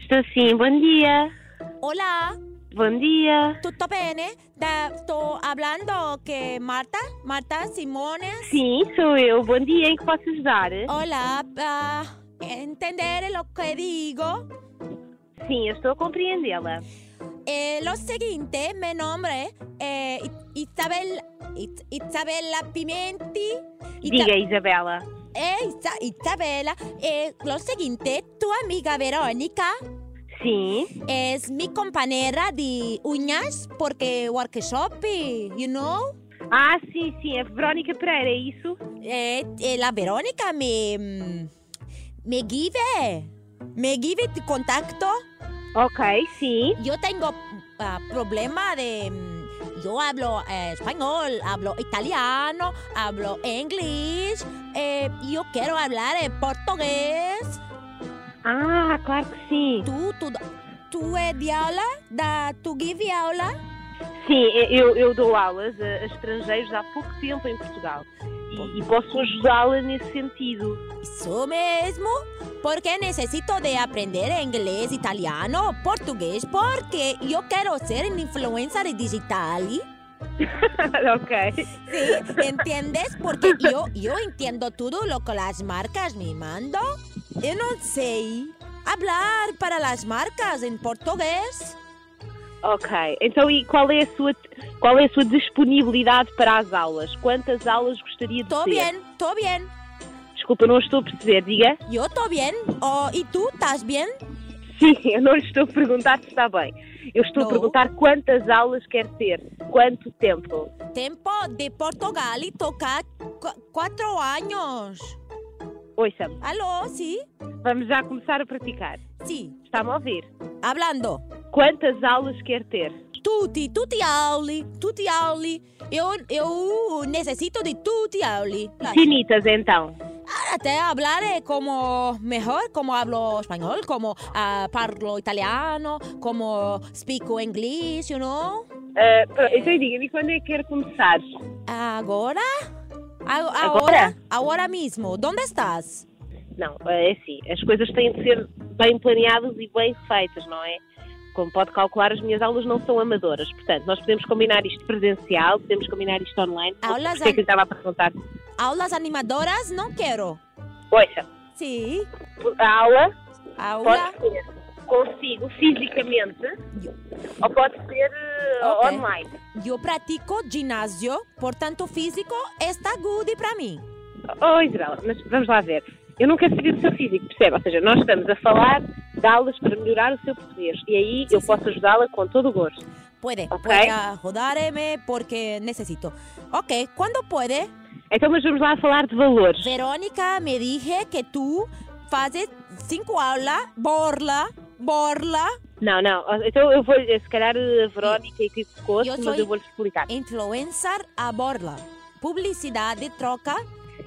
Estou sim, bom dia. Hola, Bom dia. tutto bene? Da- sto hablando che Marta, Marta Simone. Sim, sou eu. Bom dia, em que posso ajudar? Hola, ah, entendere lo che digo. Sim, eu estou a compreendê-la. Eh, lo siguiente, mi nombre eh, è Isabella, Is- Isabella Pimenti. Ita- Diga, Isabela. Eh, Isa- Isabella, eh, lo siguiente, tu amiga Verónica Sim, es mi compañera de uñas porque workshop, you know? Ah, sim, sim, a Verónica Pereira, é isso? Eh, eh, la Verónica me, mm, me give, me give tu contacto. Ok, sim. Yo tengo ah, problema de, mm, yo hablo eh, español, hablo italiano, hablo inglés, eh, yo quiero hablar eh, portugués. Ah, claro que sim. Tú, tú, tú eh, de aula, da, tú give aula. Sim, eu, eu dou aulas a, a estrangeiros há pouco tempo em Portugal. E, e posso ajudá-la nesse sentido. Eso mismo, porque necesito de aprender inglés, italiano, portugués, porque yo quiero ser un influencer digital. ok. ¿Sí? ¿Entiendes? Porque yo, yo entiendo todo lo que las marcas me mando. Yo no sé hablar para las marcas en portugués. Ok. Então, e qual é a sua, qual é a sua disponibilidade para as aulas? Quantas aulas gostaria de Todo ter? bien, todo bien. Desculpa, não estou a perceber, diga. Yo todo bien. Oh, ¿Y tú estás bien? Sim, eu não lhe estou a perguntar se está bem. Eu estou a Não. perguntar quantas aulas quer ter, quanto tempo. Tiempo de Portugal y toca cu- cuatro años. Ouça-me, ¿Aló? ¿Sí? vamos já começar a praticar. Sí. Está-me a ouvir? Hablando. Quantas aulas quer ter? Tutti, tutti auli, tutti auli. Eu, eu necessito de tutti auli. Finitas, então. Até hablar eh, como melhor, como hablo espanhol, como ah, parlo italiano, como speak English, you know? Ah, pronto, então diga-me quando é que quer começar? Agora? A- Agora? Agora? Agora mesmo. Onde estás? Não, é assim, as coisas têm de ser bem planeadas e bem feitas, não é? Como pode calcular, as minhas aulas não são amadoras. Portanto, nós podemos combinar isto presencial, podemos combinar isto online. Aulas Por que é que on- lhe estava a perguntar? Aulas animadoras? Não quero. Ouça, Sim. a aula Aula. pode ser consigo fisicamente ou pode ser eh, Ok. online. Eu pratico ginásio, portanto, físico está good para mim. Oh, Isabela, mas vamos lá ver. Eu não quero saber do seu físico, percebe? Ou seja, nós estamos a falar de aulas para melhorar o seu português. E aí eu posso ajudá-la com todo o gosto. Puede, Ok. puede jodarme porque necesito. Ok, ¿cuándo puede? Então, mas vamos lá falar de valores. Verónica me dije que tú haces cinco aulas, borla, borla, Não, não. Então eu vou, se calhar a Verónica equivocou-se, Eu mas sou eu vou-lhe explicar. influencer a borla. Publicidad de troca.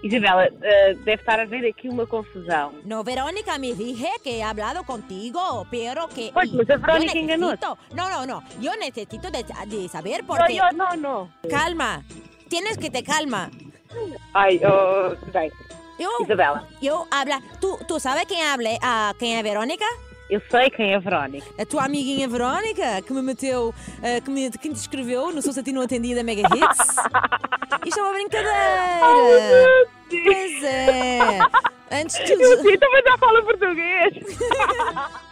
Isabela, eh, deve estar a haver aqui uma confusão. No, Verónica me dije que he hablado contigo, pero que... Pues, pues, Verónica Yo engañó. necesito- No, no, no. Yo necesito de, de saber por Não, qué. não, não, não. Calma. Tienes que te calma. Ai, oh, bem, Yo, Isabela, yo habla... ¿Tú, tú sabes quién hable, a quién es Verónica? eu sei quem é a Verónica. A tua amiguinha Verónica, que me meteu, eh, que, me, que me descreveu no Sou Santino Atendida Mega Hits. Isto é uma brincadeira! pois é! Antes de Eu tudo. sei, também já fala português.